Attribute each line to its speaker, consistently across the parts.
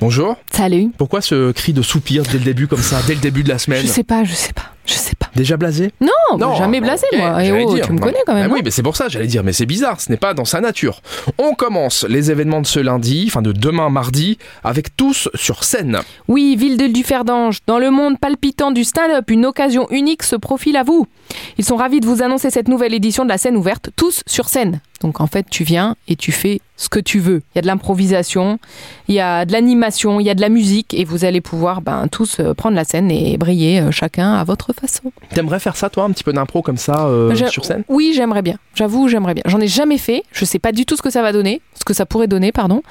Speaker 1: Bonjour.
Speaker 2: Salut.
Speaker 1: Pourquoi ce cri de soupir dès le début comme ça, dès le début de la semaine
Speaker 2: Je sais pas, je sais pas, je sais pas.
Speaker 1: Déjà blasé
Speaker 2: Non,
Speaker 1: Non,
Speaker 2: bah, jamais
Speaker 1: bah,
Speaker 2: blasé
Speaker 1: ok,
Speaker 2: moi. Eh
Speaker 1: j'allais
Speaker 2: oh,
Speaker 1: dire,
Speaker 2: tu me
Speaker 1: non.
Speaker 2: connais quand
Speaker 1: Ah
Speaker 2: même.
Speaker 1: oui, mais c'est pour ça, j'allais dire, mais c'est bizarre, ce n'est pas dans sa nature. On commence les événements de ce lundi, enfin de demain mardi, avec tous sur scène.
Speaker 2: hein. Oui, ville de Duferdange, dans le monde palpitant du stand-up, une occasion unique se profile à vous. Ils sont ravis de vous annoncer cette nouvelle édition de la scène ouverte, tous sur scène. Donc en fait, tu viens et tu fais ce que tu veux. Il y a de l'improvisation, il y a de l'animation, il y a de la musique et vous allez pouvoir ben, tous euh, prendre la scène et briller euh, chacun à votre façon.
Speaker 1: T'aimerais faire ça, toi, un petit peu d'impro comme ça euh,
Speaker 2: J'ai-
Speaker 1: sur scène
Speaker 2: Oui, j'aimerais bien. J'avoue, j'aimerais bien. J'en ai jamais fait. Je sais pas du tout ce que ça va donner, ce que ça pourrait donner, pardon.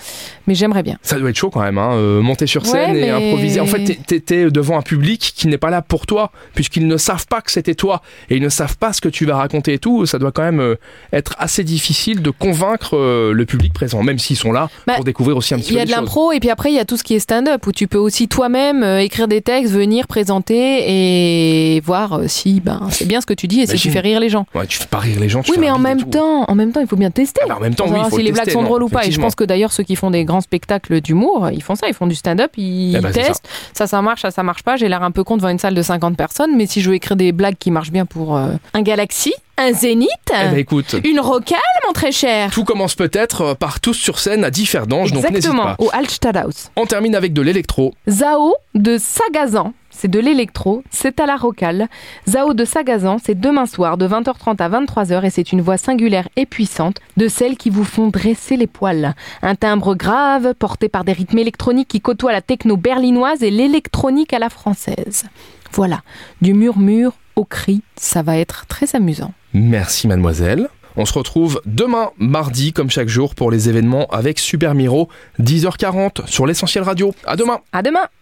Speaker 2: Mais j'aimerais bien.
Speaker 1: Ça doit être chaud quand même, hein, euh, monter sur scène
Speaker 2: Ouais,
Speaker 1: et
Speaker 2: mais-
Speaker 1: improviser. En fait, t'es- t'es- t'es devant un public qui n'est pas là pour toi, puisqu'ils ne savent pas que c'était toi, et ils ne savent pas ce que tu vas raconter et tout. Ça doit quand même euh, être assez difficile de convaincre euh, le public présent, même s'ils sont là
Speaker 2: Bah,
Speaker 1: pour découvrir aussi un petit
Speaker 2: Il y
Speaker 1: peu
Speaker 2: a de
Speaker 1: les choses.
Speaker 2: l'impro et puis après il y a tout ce qui est stand-up où tu peux aussi toi-même euh, écrire des textes, venir présenter et voir euh, si ben c'est bien ce que tu dis et si tu
Speaker 1: Imagine.
Speaker 2: fais rire les gens.
Speaker 1: Ouais, tu fais pas rire les gens. tu
Speaker 2: Oui,
Speaker 1: fais
Speaker 2: mais
Speaker 1: un
Speaker 2: en
Speaker 1: bide et
Speaker 2: même
Speaker 1: tout.
Speaker 2: temps, en même temps, il faut bien tester.
Speaker 1: Ah bah, en même temps,
Speaker 2: Pour
Speaker 1: oui, il
Speaker 2: savoir
Speaker 1: faut
Speaker 2: si
Speaker 1: le
Speaker 2: les
Speaker 1: tester,
Speaker 2: blagues sont
Speaker 1: non,
Speaker 2: drôles ou pas. Et je pense que d'ailleurs, ceux qui font des grands spectacles d'humour, ils font ça, ils font du stand-up, ils
Speaker 1: Eh ben, c'est
Speaker 2: testent. Ça. ça, marche, ça, ça marche pas. J'ai l'air un peu con devant une salle de 50 personnes, mais si je veux écrire des blagues qui marchent bien pour euh, un Galaxy, un Zénith,
Speaker 1: effectivement. Eh ben, écoute,
Speaker 2: une Rocale, mon très cher.
Speaker 1: tout commence peut-être euh, par tous sur scène à Differdange, donc n'hésite
Speaker 2: Exactement,
Speaker 1: pas.
Speaker 2: au Altstadthaus.
Speaker 1: On termine avec de l'électro.
Speaker 2: Zao de Sagazan, c'est de l'électro, c'est à la rocale. Zao de Sagazan, c'est demain soir de 20h30 à 23h et c'est une voix singulière et puissante de celles qui vous font dresser les poils. Un timbre grave porté par des rythmes électroniques qui côtoient la techno berlinoise et l'électronique à la française. Voilà, du murmure au cri, ça va être très amusant.
Speaker 1: Merci mademoiselle. On se retrouve demain, mardi, comme chaque jour, pour les événements avec Super Miro, 10h40 sur l'essentiel radio. À demain
Speaker 2: À demain